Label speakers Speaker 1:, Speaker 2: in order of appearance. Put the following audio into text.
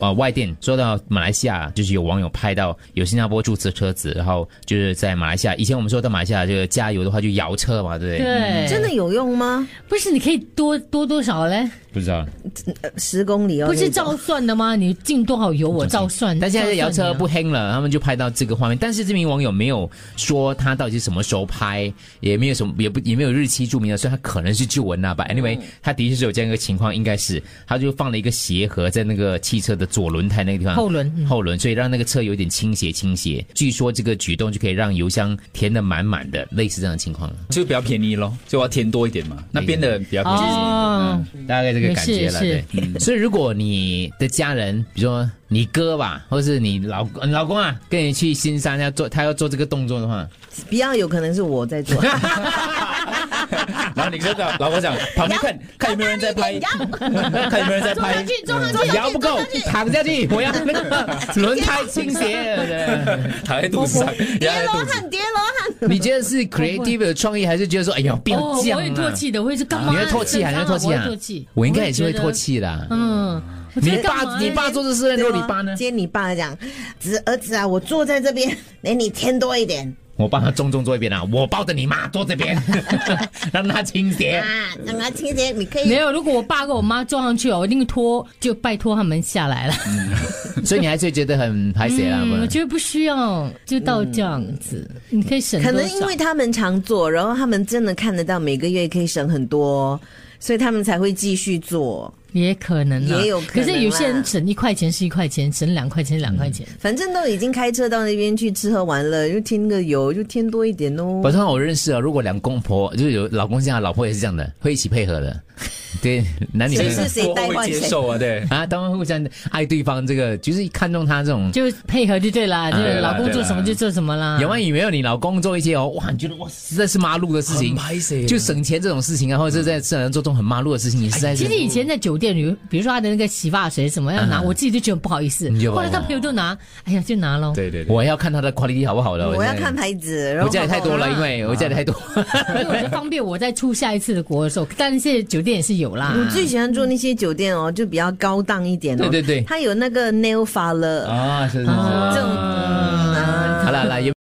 Speaker 1: 呃外电说到马来西亚，就是有网友拍到有新加坡注册车子，然后就是在马来西亚，以前我们说到马来西亚这个加油的话就摇车嘛，对不对？
Speaker 2: 对，
Speaker 3: 真的有用吗？
Speaker 2: 不是你可以多多多少嘞？
Speaker 1: 不知道，
Speaker 3: 呃十公里哦，
Speaker 2: 不是
Speaker 3: 那种
Speaker 2: 照算的吗？你进多少油我照算。
Speaker 1: 但现在摇
Speaker 2: 摇
Speaker 1: 车不黑了，他们就拍到这个画面。但是这名网友没有说他到底是什么时候拍，也没有什么，也不也没有日期注明的，所以他可能是旧闻呐吧。Anyway，、他的确是有这样一个情况，应该
Speaker 2: 嗯
Speaker 1: 是他就放了一个鞋盒在那个汽车的左轮胎那个地方，
Speaker 2: 后轮嗯
Speaker 1: 后轮，所以让那个车有点倾斜倾斜。据说这个举动就可以让油箱填得满满的，类似这样的情况，
Speaker 4: 就比较便宜咯，就要添多一点嘛。那边的比较便宜。嗯
Speaker 2: 哦，
Speaker 1: 大概这个感觉了。
Speaker 2: 是嗯
Speaker 1: 对，所以如果你的家人，比如说你哥吧，或是你老公你老公啊，跟你去新山要做他要做这个动作的话，
Speaker 3: 比较有可能是我在 做。啊
Speaker 4: 然后你就老老婆讲，旁边看看有没有人在拍， 看有没有人在拍，
Speaker 1: 嗯哎
Speaker 2: 哎
Speaker 1: 摇不够，躺下去，我要那个轮胎倾斜。对
Speaker 4: 躺在肚子上，压在肚子。
Speaker 3: 汉，叠罗 汉，
Speaker 1: 你觉得 是 creative 的创意，还是觉得说，哎呀，不要
Speaker 2: 哦，
Speaker 1: 这样
Speaker 2: 我会
Speaker 1: 啊
Speaker 2: 唾弃的，我会是干嘛？
Speaker 1: 你会唾弃啊？你会
Speaker 2: 真
Speaker 1: 唾弃
Speaker 2: 的
Speaker 1: 啊
Speaker 2: 我会唾弃？，
Speaker 1: 我应该也是会
Speaker 2: 我觉
Speaker 1: 唾
Speaker 2: 得。
Speaker 1: 弃的。
Speaker 2: 嗯，我觉
Speaker 1: 你
Speaker 2: 得干嘛
Speaker 1: 爸，
Speaker 2: 呢
Speaker 1: 你爸做这事，如果你爸
Speaker 2: 啊
Speaker 1: 呢？
Speaker 3: 接你爸讲，子儿子啊，我坐在这边， 连你添多一点
Speaker 1: 我帮他重重坐一边啊，我抱着你妈坐这 边， 让他倾斜
Speaker 3: 啊。，让他倾斜，你可
Speaker 2: 没
Speaker 3: 以。
Speaker 2: 有，如果我爸跟我妈撞上去哦，我一定拖，就拜托他们下来了。
Speaker 1: 所以你还是会觉得很排斥嗯啦，不
Speaker 2: 嗯，我
Speaker 1: 然嗯
Speaker 2: 觉得不需要，就到这样子，你可以省
Speaker 3: 可
Speaker 2: 多
Speaker 3: 能
Speaker 2: 少
Speaker 3: 因为他们常做，然后他们真的看得到每个月可以省很多，哦所以他们才会继续做。
Speaker 2: 也可能啊
Speaker 3: 也有可
Speaker 2: 可
Speaker 3: 能
Speaker 2: 是有些
Speaker 3: 啦
Speaker 2: 人省一块钱是一块钱，省两块钱是两块钱。
Speaker 3: 反正都已经开车到那边去吃喝玩乐，又添个油，就添多一点哦
Speaker 1: 我。通常我认识啊，如果两公婆就是有老公这样，老婆也是这样的，会一起配合的。对，男女
Speaker 3: 谁
Speaker 1: 朋友
Speaker 3: 是谁带
Speaker 4: 我
Speaker 3: 坏
Speaker 4: 会接
Speaker 3: 谁？
Speaker 4: 受啊，对。
Speaker 1: 啊，当然互相爱对方，这个就是看中他这种。
Speaker 2: 就啊配合就对啦，就是
Speaker 4: 对啦
Speaker 2: 老公做什么
Speaker 4: 对啦
Speaker 2: 就做什么啦。
Speaker 1: 有啊万有没有你老公做一些哦，哇，你觉得哇，实在是妈路的事情
Speaker 4: 很拍摄，
Speaker 1: 就省钱这种事情啊，或者是在自然做这种很妈路的事情，你实在是
Speaker 2: 其实以前在酒店里，比如说他的那个洗发水什么要拿，我自己就觉得不好意思
Speaker 1: 你就，
Speaker 2: 后来他朋友都拿，哎呀就拿喽。
Speaker 4: 对对对，
Speaker 1: 我要看他的 quality 好不好了。
Speaker 3: 我要
Speaker 1: 现在
Speaker 3: 看牌子，然
Speaker 1: 我
Speaker 3: 后
Speaker 1: 家里太多了，
Speaker 2: 啊
Speaker 1: 因为我家里太多。
Speaker 2: 因为我觉得方便我在出下一次的国的时候，但是酒店也是有啦。
Speaker 3: 我最喜欢住那些酒店哦，就比较高档一点哦。
Speaker 1: 对对对啊
Speaker 3: 它有那个 nail f a l l e r
Speaker 1: 啊，是是
Speaker 2: 啊
Speaker 3: 这种